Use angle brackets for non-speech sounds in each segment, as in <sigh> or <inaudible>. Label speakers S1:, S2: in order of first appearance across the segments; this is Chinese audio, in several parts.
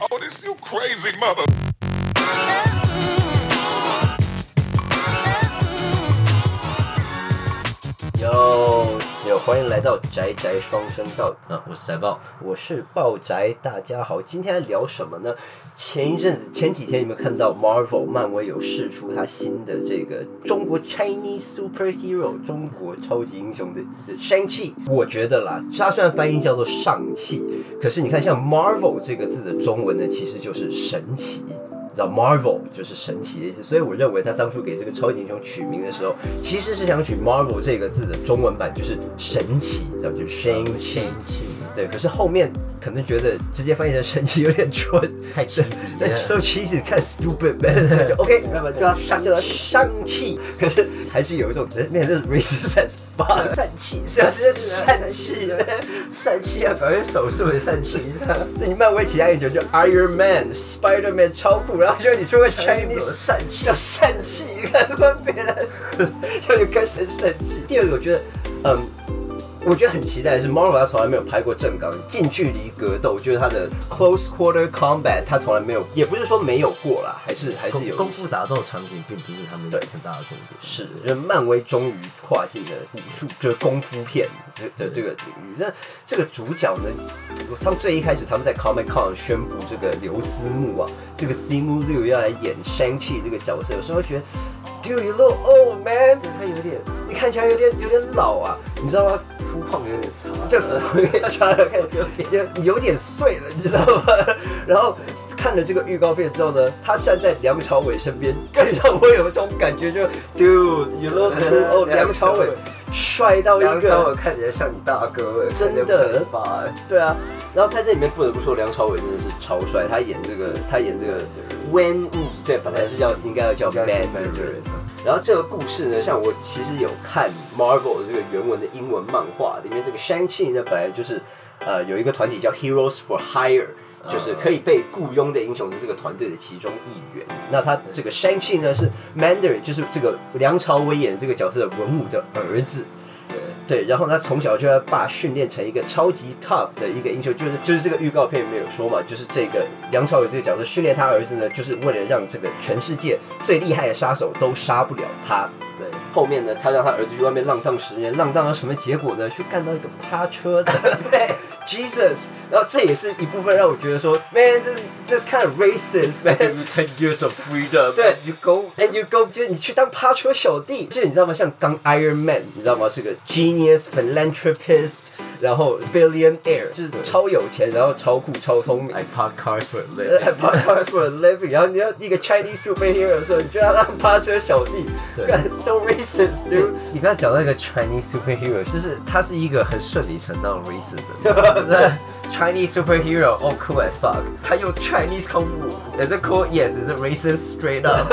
S1: Oh, this, you crazy mother.
S2: Yo，yo，欢迎来到宅宅双声道，
S3: 啊，我是宅豹，
S2: 我是爆宅，大家好。今天来聊什么呢？前一阵
S3: 嗯
S2: 子，前几天有没有看到 Marvel 漫威有试出它新的这个中国 Chinese superhero 中国超级英雄的这 Shang Chi？我觉得啦，它虽然翻译叫做上气，可是你看像 Marvel 这个字的中文呢，其实就是神奇。你知道 Marvel 就是神奇的意思，所以我认为他当初给这个超级英雄取名的时候，其实是想取 Marvel 这个字的中文版，就是神奇，你知道就是 Shang Chi。对，可是后面可能觉得直接翻译成神奇有点蠢，
S3: 太 cheesy 了
S2: so cheesy，看 stupid man，所以
S3: <laughs>
S2: 就 OK，那么就要上就要上气，可是还是有一种哎那那 racist as fuck，疝气，是啊，是疝气，疝气啊，搞些手术的疝气，这样 <laughs> 对你漫威其他英雄就 Iron Man、Spider Man 超酷，然后就你出个 Chinese 疝气，叫疝气，你看他们别人就你跟谁疝气？第二个我觉得，嗯。我觉得很期待的是，Marvel 他从来没有拍过正港近距离格斗，就是他的 close quarter combat，他从来没有，也不是说没有过啦，还是还是
S3: 功
S2: 有
S3: 功夫打斗场景并不是他们
S2: 对
S3: 很大的重点，
S2: 是，就是漫威终于跨进了武术，就是功夫片这的这个领域。那这个主角呢，他们最一开始他们在 Comic Con 宣布这个刘思慕啊，这个 C 木六要来演 Shang Chi 这个角色，有时候觉得，Dude you look old man，
S3: 他有点
S2: 你看起来有点有点老啊，你知道吗？
S3: 肤况有点差，
S4: <laughs>
S2: 这符合穿了，看有有点碎了，你知道吗？然后看了这个预告片之后呢，他站在梁朝伟身边，更让我有一种感觉就，dude，you look
S4: <laughs>
S2: too old，梁朝伟帅到一个，
S4: 梁朝伟看起来像你大哥、欸，
S2: 真的
S4: 吧？
S2: 对啊，然后在这里面不得不说，梁朝伟真的是超帅，他演这个，他演这个 Wen Wu，对，本来是要应该要叫
S4: 应该是
S2: Mandarin。然后这个故事呢，像我其实有看 Marvel 这个原文的英文漫画，里面这个 Shang Chi 呢，本来就是呃有一个团体叫 Heroes for Hire。就是可以被雇佣的英雄的这个团队的其中一员。那他这个 Shang Chi 呢是 Mandarin，就是这个梁朝伟演这个角色的文武的儿子。
S3: 对，
S2: 对，然后他从小就要爸训练成一个超级 tough 的一个英雄，就是就是这个预告片里面有说嘛，就是这个梁朝伟这个角色训练他儿子呢，就是为了让这个全世界最厉害的杀手都杀不了他。
S3: 对，
S2: 后面呢，他让他儿子去外面浪荡十年，浪荡到什么结果呢？去干到一个趴车的，对，Jesus。然后这也是一部分让我觉得说，man，这 this kind of racist man。
S3: <laughs> ten years of freedom，
S2: 对
S3: ，you go，
S2: And you go，就是你去当趴车小弟，就是你知道吗？像刚 Iron Man，你知道吗？是个 genius philanthropist，然后 billionaire，就是超有钱，然后超酷、超聪明。 <laughs>
S3: I park cars for a
S2: 呃
S3: living，
S2: 还趴 cars for a living，然后你要一个 Chinese superhero 的时候，你就要当趴车小弟，
S3: 对
S2: 干 so racist dude。
S3: <laughs> 你刚才讲到一个 Chinese superhero，就是他是一个很顺理成章
S2: <laughs>
S3: 的 racism 那。Chinese superhero，哦、cool as fuck，他用 Chinese 功夫，is it cool？Yes，is it racist straight up？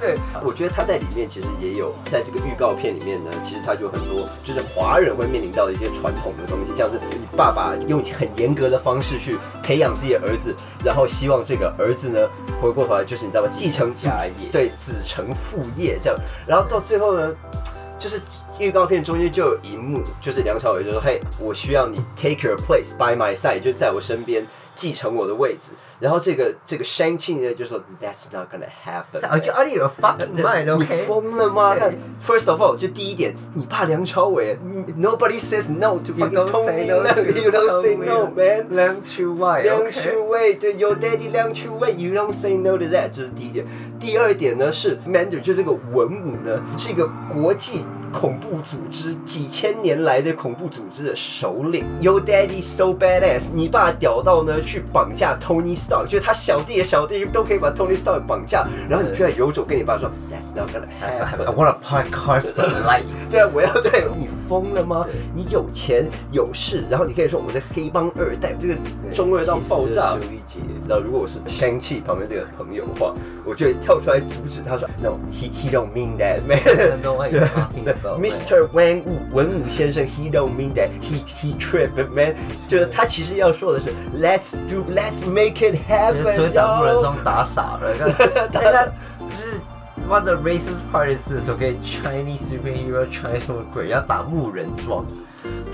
S3: 对，
S2: 我觉得他在里面其实也有，在这个预告片里面呢，其实他就很多就是华人会面临到的一些传统的东西，像是嗯你爸爸用很严格的方式去培养自己的儿子，然后希望这个儿子呢回过头来就是你知道吗，继承家业，对，子承父业这样，然后到最后呢，就是。预告片中间就有一幕，就是梁朝伟就说：“嘿，我需要你 take your place by my side，就在我身边继承我的位置。”然后这个这个 Shang Chi 呢就说：“That's not gonna happen。”
S3: Are you out of your fucking mind?
S2: 你
S3: OK？
S2: 疯了吗？
S3: 对
S2: 但 first of all，就第一点，你爸梁朝伟嗯，nobody says no to
S3: You
S2: fucking
S3: don't
S2: Tony
S3: say no to
S2: <laughs>
S3: <laughs>
S2: Leung，you don't say no man。
S3: Learn to why?
S2: 梁
S3: 哎 OK？
S2: 朝伟对 your daddy 梁朝伟，you don't say no to that，这是第一点。第二点呢是 Mandarin，就这个文武呢是一个国际恐怖组织几千年来的恐怖组织的首领。Your daddy so badass，你爸屌到呢去绑架 Tony Stark，就是他小弟的小弟都可以把 Tony Stark 绑架，然后你居然有种跟你爸说 That's not gonna
S3: That's what happened.
S2: happen
S3: I。want to park cars for <laughs> life.
S2: <laughs> 对啊，我要对你疯了吗
S3: 对？
S2: 你有钱有势，然后你可以说我们的黑帮二代，这个中二到爆炸
S3: 其实就是。属于姐
S2: 那如果我是 Shang Chi 旁边这个朋友的话，我就会跳出来阻止他说，No，he he don't mean that man。
S3: I know what you're <laughs> talking about.
S2: Mr. Wang Wu 文武先生，He don't mean that. He he trip man，就是他其实要说的是，Let's do, let's make it
S3: 我觉得
S2: happen
S3: 昨天打路人
S2: yo。
S3: 装打傻了，看
S2: 哎
S3: 大家就是。What the racist part is this? OK, Chinese superhero, Chinese 什么鬼？要打木人桩，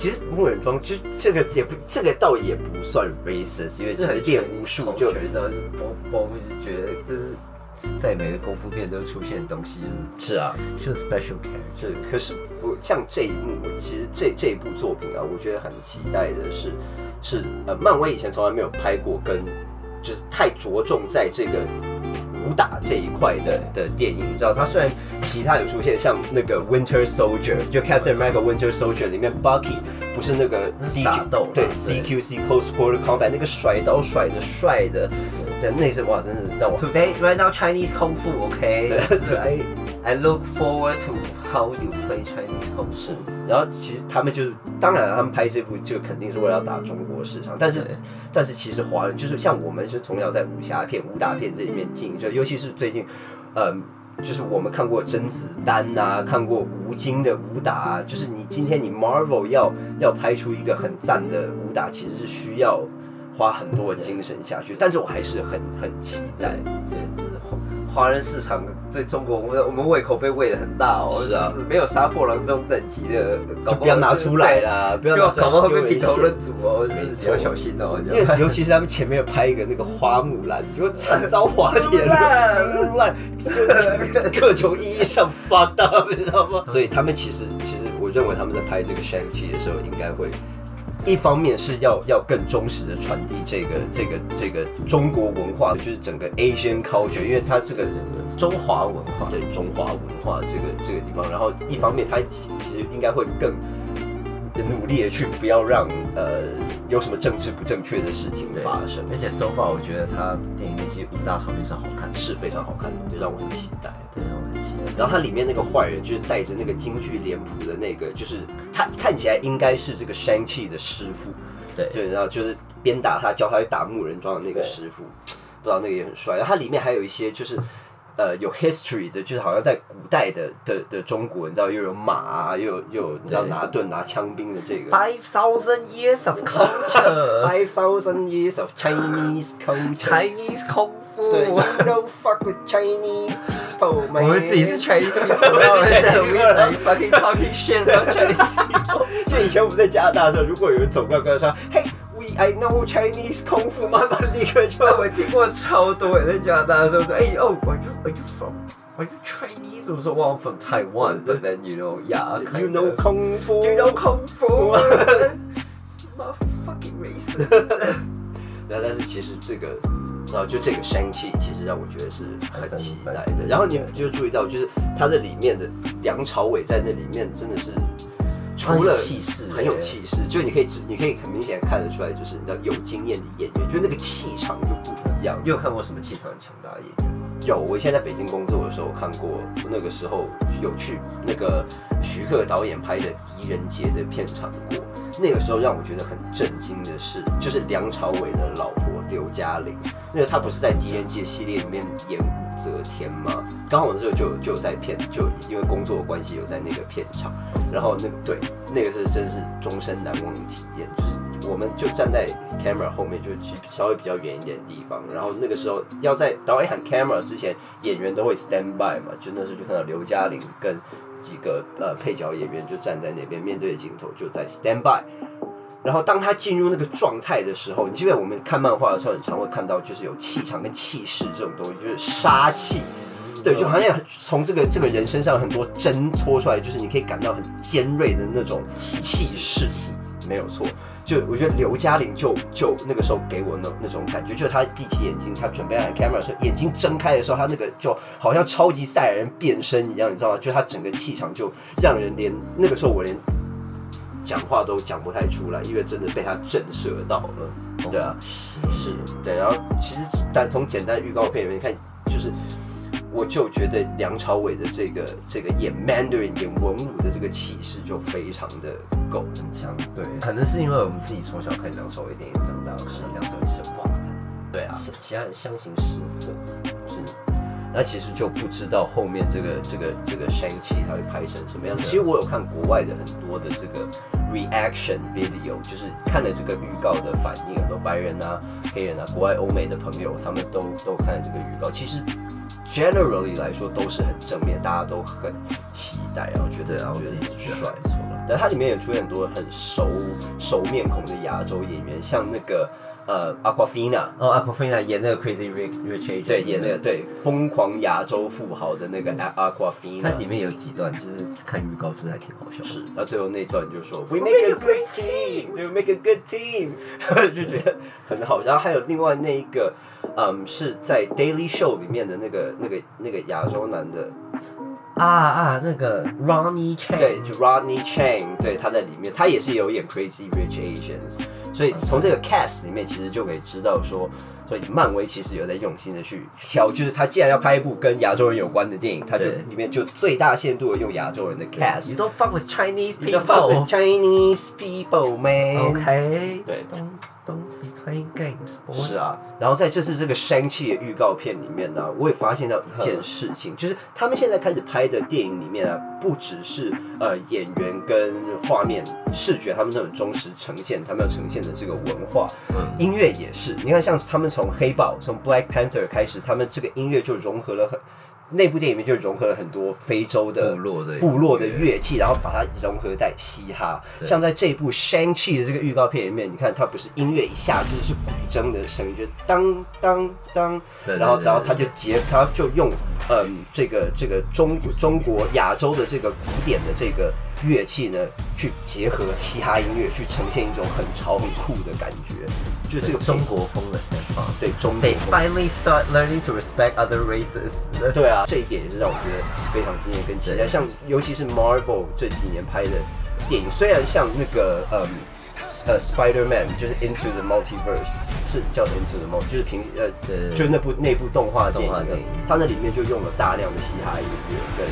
S2: 其实木人桩就这个也不这个倒也不算 racist，因为只是练武术就
S3: 觉得是包包就觉得这是在每个功夫片都出现的东西，
S2: 是啊，
S3: 就是是 special care。
S2: 是。可是我像这一幕，我其实这这一部作品啊，我觉得很期待的是，是呃，漫威以前从来没有拍过跟就是太着重在这个武打这一块的的电影，你知道，它虽然其他有出现像那个 Winter Soldier，就 Captain America Winter Soldier 里面 Bucky 不是那个 C
S3: 打斗啦
S2: 对
S3: 对
S2: CQC Close Quarter Combat 那个甩刀甩的帅的，对，那是哇，真是让我
S3: Today, right now, Chinese kung fu, okay?
S2: <laughs> 对对。
S3: I look forward to how you play Chinese kung fu.
S2: 然后其实他们就是，当然他们拍这部就肯定是为了要打中国市场，但是
S3: 对
S2: 但是其实华人就是像我们是从小在武侠片、武打片这里面进，就尤其是最近，嗯、就是我们看过甄子丹啊，看过吴京的武打、啊，就是你今天你 Marvel 要要拍出一个很赞的武打，其实是需要花很多的精神下去，但是我还是很很期待。
S3: 对，就是华华人市场对中国，我们我们胃口被喂的很大哦，
S2: 是啊
S3: 就是没有杀破狼这种等级的，
S2: 就
S3: 搞好
S2: 不要拿出来。啦，不
S3: 对
S2: 要
S3: 啊就
S2: 拿出来
S3: 搞不好会
S2: 丢
S3: 被
S2: 人
S3: 评头
S2: 现
S3: 论足哦，就是
S2: 没
S3: 你
S2: 错
S3: 要小心哦。
S2: 因
S3: 你要
S2: 为尤其是他们前面有拍一个那个花木兰，就惨遭滑铁卢
S3: 烂
S2: 烂，就各种意义上 fucked up，你知道吗？所以他们其实其实我认为他们在拍这个 Shang Chi 的时候，应该会一方面是要要更忠实的传递这个这个这个中国文化，就是整个 Asian culture，因为它这个
S3: 中华文化，
S2: 对中华文化这个这个地方，然后一方面它其其实应该会更努力的去不要让呃有什么政治不正确的事情
S3: 对
S2: 发生，
S3: 而且 so far 我觉得他电影那些武打场面是好看的，
S2: 是非常好看的，对，让我很期待。
S3: 对，我很期待。
S2: 然后它里面那个坏人就是带着那个京剧脸谱的那个，就是他看起来应该是这个 Shang Chi 的师傅，
S3: 对
S2: 就你知道，就是鞭打他教他打木人桩的那个师傅，不知道那个也很帅。然后它里面还有一些就是。呃，有 history 的，就是好像在古代的的的中国，你知道又有马、啊，又有又有你知道
S3: 对
S2: 拿盾拿枪兵的这个
S3: Five thousand years of culture,
S2: five thousand years of Chinese culture，
S3: Chinese kung
S2: 对
S3: fu。
S2: ，you don't fuck with Chinese people，
S3: 我们自己是 Chinese people，
S2: 我们是 Chinese
S3: we are fucking talking shit about Chinese people。
S2: 就以前我们在加拿大的时候，如果有人走过来跟他说：“嘿，We I know Chinese 空腹妈妈”，立刻就
S3: 我听过超多人在加拿大的时候说，哎哦，Are you Are you from Are you Chinese？我说哇，I'm from Taiwan。But then you know, yeah, kind
S2: You know
S3: of.
S2: 空腹
S3: you know kung <laughs> fu. Motherfucking racist.
S2: 那但是其实这个，然后就这个生气，其实让我觉得是很期待的。然后你就注意到，就是他这里面的梁朝伟在那里面真的是。除了
S3: 很有气势
S2: 很有气势，就你可以只你可以很明显看得出来，就是你知道有经验的演员，就那个气场就不一样。
S3: <laughs> 你有看过什么气场很强大的演员？
S2: 有，我以前在北京工作的时候看过，那个时候有去那个徐克导演拍的《狄仁杰》的片场过。那个时候让我觉得很震惊的是，就是梁朝伟的老婆刘嘉玲，那个她不是在《狄仁杰》系列里面演武则天吗？刚好我那时候就就有在片，就因为工作的关系有在那个片场，然后那个对，那个是真是终身难忘的体验，就是我们就站在 camera 后面，就去稍微比较远一点的地方。然后那个时候要在导演喊 camera 之前，演员都会 stand by 嘛，就那时候就看到刘嘉玲跟几个呃配角演员就站在那边面对镜头，就在 stand by。然后当他进入那个状态的时候，你记不记得我们看漫画的时候，很常会看到就是有气场跟气势这种东西，就是杀气。对，就好像从这个这个人身上很多针戳出来，就是你可以感到很尖锐的那种气势，没有错。就我觉得刘嘉玲就就那个时候给我那那种感觉，就是她闭起眼睛，她准备按 camera 的时候，眼睛睁开的时候，她那个就好像超级赛亚人变身一样，你知道吗？就她整个气场就让人连那个时候我连讲话都讲不太出来，因为真的被她震慑到
S3: 哦
S2: 了。对啊，是对，然后其实但从简单预告片里面看，就是我就觉得梁朝伟的这个这个演 Mandarin 演文武的这个气势就非常的够。
S3: 很强，对，可能是因为我们自己从小看梁朝伟电影长大，可能梁朝伟就哇，
S2: 对啊，
S3: 其其他人相形失色。
S2: 是。那其实就不知道后面这个这个这个 Shang Chi 它会拍成什么样子。其实我有看国外的很多的这个 reaction video，就是看了这个预告的反应，很多白人啊、黑人啊、国外欧美的朋友，他们都都看了这个预告。其实 generally 来说都是很正面，大家都很期待啊，我觉得
S3: 对啊，
S2: 我
S3: 我
S2: 觉
S3: 自
S2: 得
S3: 己
S2: 很
S3: 觉得
S2: 帅
S3: 还。不错了。
S2: 但它里面也出现很多很熟熟面孔的亚洲演员，像那个呃 Aquafina，
S3: 哦，阿 f i n a 演那个 Crazy Rich Rich Asian，
S2: 对，演那个对疯狂亚洲富豪的那个 Aquafina，
S3: 它里面有几段，就是看预告是还挺好笑的。
S2: 是，然后最后那一段就说 We make a good team, we make a good team，就 <laughs> 觉得很好。然后还有另外那一个，嗯，是在 Daily Show 里面的那个那个那个亚洲男的，
S3: 啊啊，那个 Ronnie
S2: 对
S3: Chang，，
S2: 就 Rodney Chang，对，他在里面，他也是有演 Crazy Rich Asians，所以从这个 cast 里面其实就可以知道说，所以漫威其实有在用心的去挑，就是他既然要拍一部跟亚洲人有关的电影，他就
S3: 对
S2: 里面就最大限度的用亚洲人的 cast，
S3: You don't fuck with Chinese
S2: You don't fuck with
S3: people。
S2: Chinese people, man.
S3: OK，
S2: 对
S3: Don't don't be playing games, boy。
S2: 是啊，然后在这次这个山气的预告片里面呢、我也发现到一件事情，就是他们现在开始拍的电影里面啊，不只是呃演员跟画面、视觉他们都很忠实呈现他们要呈现的这个文化，
S3: 嗯
S2: 音乐也是。你看，像他们从黑豹、从 Black Panther 开始，他们这个音乐就融合了很。那部电影里面就融合了很多非洲的
S3: 部落的
S2: 部落的
S3: 音乐
S2: 乐器，然后把它融合在嘻哈。像在这部《Shang Chi》的这个预告片里面，你看它不是音乐一下就是古筝的声音，就当当当，
S3: 对对
S2: 然后
S3: 对
S2: 然后
S3: 对
S2: 他就结，他就用嗯这个这个中中国亚洲的这个古典的这个乐器呢，去结合嘻哈音乐，去呈现一种很潮很酷的感觉。就这个
S3: 中国风的 hip hop。
S2: 对中国
S3: They finally start learning to respect other races。
S2: 呃，对啊，这一点也是让我觉得非常惊艳跟期待。
S3: 对
S2: 像尤其是 Marvel 这几年拍的电影，虽然像那个嗯呃 Spider-Man 就是 Into the Multiverse 是叫 Into the Multi，就是平呃
S3: 对对对
S2: 就那部那部动画电影
S3: 动画
S2: 呢
S3: 电影，
S2: 它那里面就用了大量的嘻哈音乐跟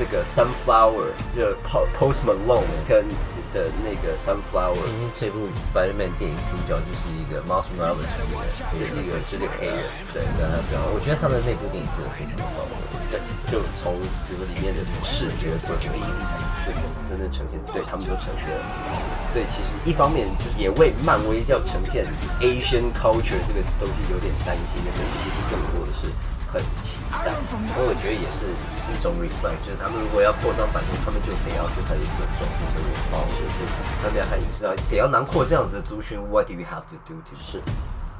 S2: 那个 Sunflower 就是 Po- Post Malone 跟的那个 Sunflower
S3: 毕竟这部 Spider-Man 电影主角就是一个 Miles Morales 是一个
S2: 就是一个是
S3: 是
S2: 这个黑人，对。
S3: 对啊，对啊我觉得他的那部电影做的非常好，
S2: 对，就从比如里面的视觉和 V 对，真的呈现，对他们都呈现了。所以其实一方面就是也为漫威要呈现 Asian culture 这个东西有点担心的，可是其实更多的是很期待。
S3: 因为我觉得也是一种 reflect，就是他们如果要扩张版图，他们就得要去开始尊重这些文化，或者是他们要很意识到，得要囊括这样子的族群，What do you have to do to
S2: 是。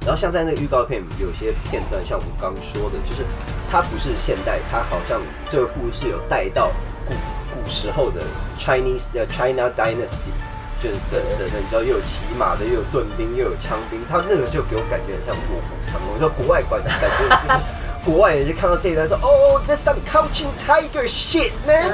S2: 然后像在那个预告片有些片段，像我们刚说的，就是它不是现代，它好像这个故事有带到古古时候的 Chinese 呃 China Dynasty，就是的的的，你知道又有骑马的，又有盾兵，又有枪兵，它那个就给我感觉很像卧虎藏龙，就国外感感觉就是国外人就看到这一段说哦、t h i s some couching tiger shit man。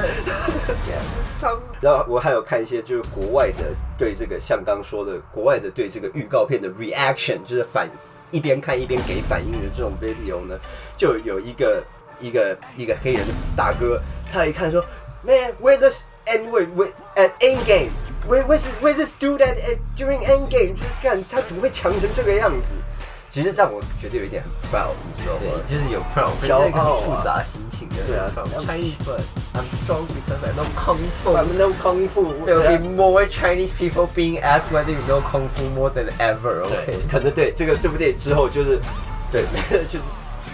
S3: some
S2: 然后我还有看一些就是国外的对这个像刚说的国外的对这个预告片的 reaction，就是反一边看一边给反应的这种 video 呢，就有一个一个一个黑人的大哥，他一看说，Man, where this and where where at end game? Where where's this, where's this dude at, at during end game？就是看他怎么会强成这个样子，其实让我觉得有一点很 proud，你知道
S3: 对
S2: 吗，？
S3: 就是有 proud，
S2: 骄傲啊
S3: 那个很复杂心情的，
S2: 对啊
S3: proud
S2: I'm
S3: Chinese but I'm strong because I know kung fu。
S2: 反正都功夫，
S3: There
S2: 对啊
S3: will be more Chinese people being asked whether you know kung fu more than ever.
S2: 对
S3: OK，，
S2: 可能对这个这部电影之后就是，对， <laughs> 就是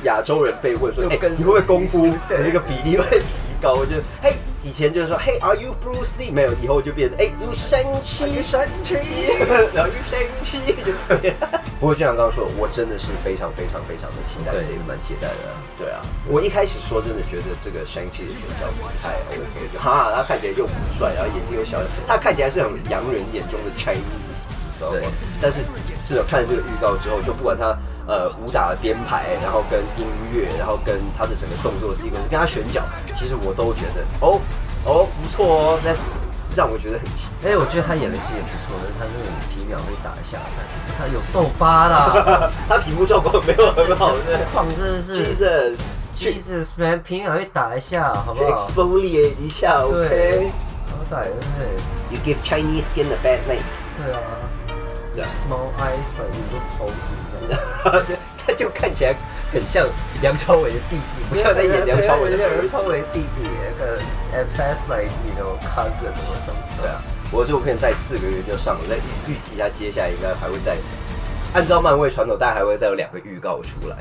S2: 亚洲人被问说，
S3: 就
S2: 哎、
S3: 跟
S2: 你会不会功夫？
S3: 对
S2: 你这个比例会提高，就嘿，以前就是说，嘿，Are you Bruce Lee？没有，以后就变成，哎、y o u 山七山七， <laughs> 然后 You 山七就变。 <laughs> 不过就像刚刚说，我真的是非常非常非常的期待
S3: 对，
S2: 这
S3: 也
S2: 一
S3: 是
S2: 部
S3: 蛮期待的。
S2: 对啊，我一开始说真的觉得这个山崎的选角不太 OK，就哈，他看起来又不帅，然后眼睛又小，他看起来是很洋人眼中的 Chinese，你知道吗
S3: 对？
S2: 但是至少看了这个预告之后，就不管他呃武打的编排，然后跟音乐，然后跟他的整个动作 sequence，跟他选角，其实我都觉得哦哦不错哦，但是让我觉得很奇 <laughs>
S3: 哎，我觉得他演的戏也不错，但是他那种皮秒被打一下，可是他有痘疤啦，
S2: 怪，他皮肤状况没有 <laughs> 很好
S3: 这
S2: 的
S3: 况真的是
S2: ，Jesus，去
S3: Jesus man，皮秒被打一下，好不
S2: 去
S3: 好？
S2: exfoliate 一下
S3: 对
S2: ，OK。
S3: 好歹真是，
S2: You give Chinese skin a bad name。 <laughs>
S3: 对啊。
S2: 对
S3: Small eyes but you look old。
S2: 对，他就看起来很像梁朝伟的弟弟，不像在演梁朝伟的儿
S3: 梁
S2: 子
S3: 朝。伟弟弟，那个 at best like you know cousin or some
S2: 对
S3: stuff
S2: 啊。，我这部片在四个月就上了，那预计他接下来应该还会再，按照漫威传统，大概还会再有两个预告出来。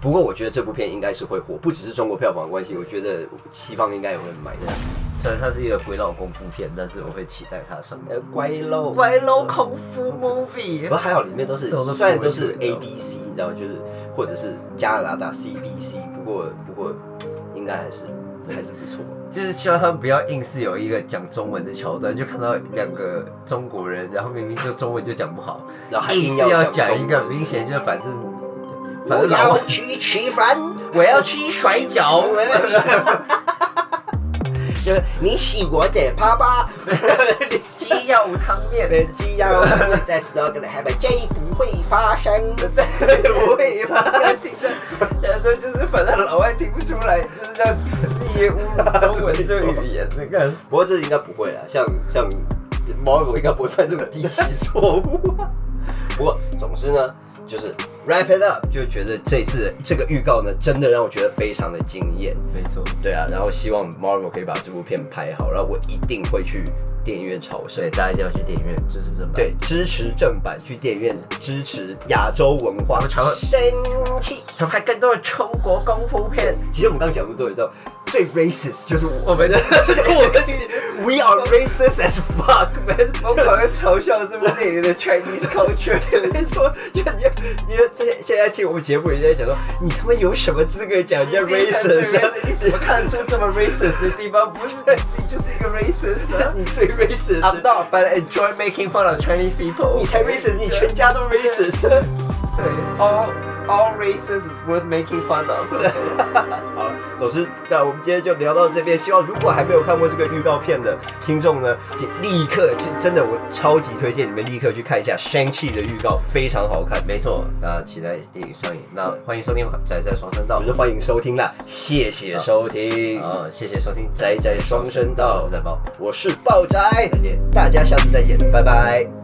S2: 不过我觉得这部片应该是会火，不只是中国票房的关系，我觉得西方应该也会买的。
S3: 虽然它是一个鬼佬功夫片，但是我会期待它上
S2: 呃，乖喽，
S3: 鬼佬功夫 movie
S2: 不。过还好里面都是
S3: 这种都不
S2: 虽然都是
S3: 会听
S2: A
S3: 到
S2: B C，你知道吗，就是或者是加拿大 C B C，不过不过应该还是还是不错。
S3: 就是希望他们不要硬是有一个讲中文的桥段，就看到两个中国人，然后明明就中文就讲不好，
S2: 然后还
S3: 硬
S2: 硬
S3: 是
S2: 要
S3: 要
S2: 讲
S3: 讲
S2: 中
S3: 一
S2: 文
S3: 个明显就是反正反
S2: 我
S3: 正老
S2: 要
S3: 外
S2: 去吃饭，
S3: 我要吃甩脚，我要吃
S2: 就是你是我的爸爸。 <laughs>
S3: 鸡肉汤面。
S2: 被需要 <laughs> ，That's not gonna happen，这不会发生， <laughs> 不
S3: <laughs>
S2: 会发生。
S3: 听着，然后就是反正老外听不出来，就是这样肆意侮辱中文这个语言，这个
S2: 不过这应该不会啦，像像 Marvel 应该不会犯这种低级错误。啊不过总之呢，就是 wrap it up，就觉得这次这个预告呢，真的让我觉得非常的惊艳。
S3: 没错。
S2: 对啊，然后希望 Marvel 可以把这部片拍好，然后我一定会去电影院朝圣
S3: 对，。大家一定要去电影院支持正版。，
S2: 对，支持正版，去电影院支持亚洲文化
S3: 我常常，
S2: 生气。
S3: 想看更多的中国功夫片。
S2: 其实我们刚刚讲那么多，你知道，最 racist 就是 <laughs> 我
S3: 我们的
S2: 我们自己，We are racist as fuck man。
S3: 疯狂的嘲笑这部电影的 Chinese culture，
S2: 没错，就你你现现在听我们节目，人家讲说你他妈有什么资格讲人家 racist？啊
S3: 你怎么看得出这么 racist 的地方？不是你自己就是一个 racist 啊。
S2: <laughs> 你最
S3: I'm
S2: racist，
S3: not, but I enjoy making fun of Chinese people.
S2: 你才 racist，你全家都 racist。
S3: <laughs> 对，all all races is worth making fun <laughs> of。
S2: 好了，总之，那我们今天就聊到这边。希望如果还没有看过这个预告片的听众呢，请立刻，真真的我超级推荐你们立刻去看一下《Shang Chi》的预告，非常好看。
S3: 没错，大家期待电影上映。那欢迎收听《宅在双声道
S2: 我》，就欢迎收听啦，谢谢收听，
S3: 呃，谢谢收听《
S2: 宅
S3: 宅
S2: 宅
S3: 在
S2: 双
S3: 双
S2: 声
S3: 声
S2: 道
S3: 道》，我是宅宝，
S2: 我是爆宅
S3: 再，见。
S2: 大家下次再见，拜拜。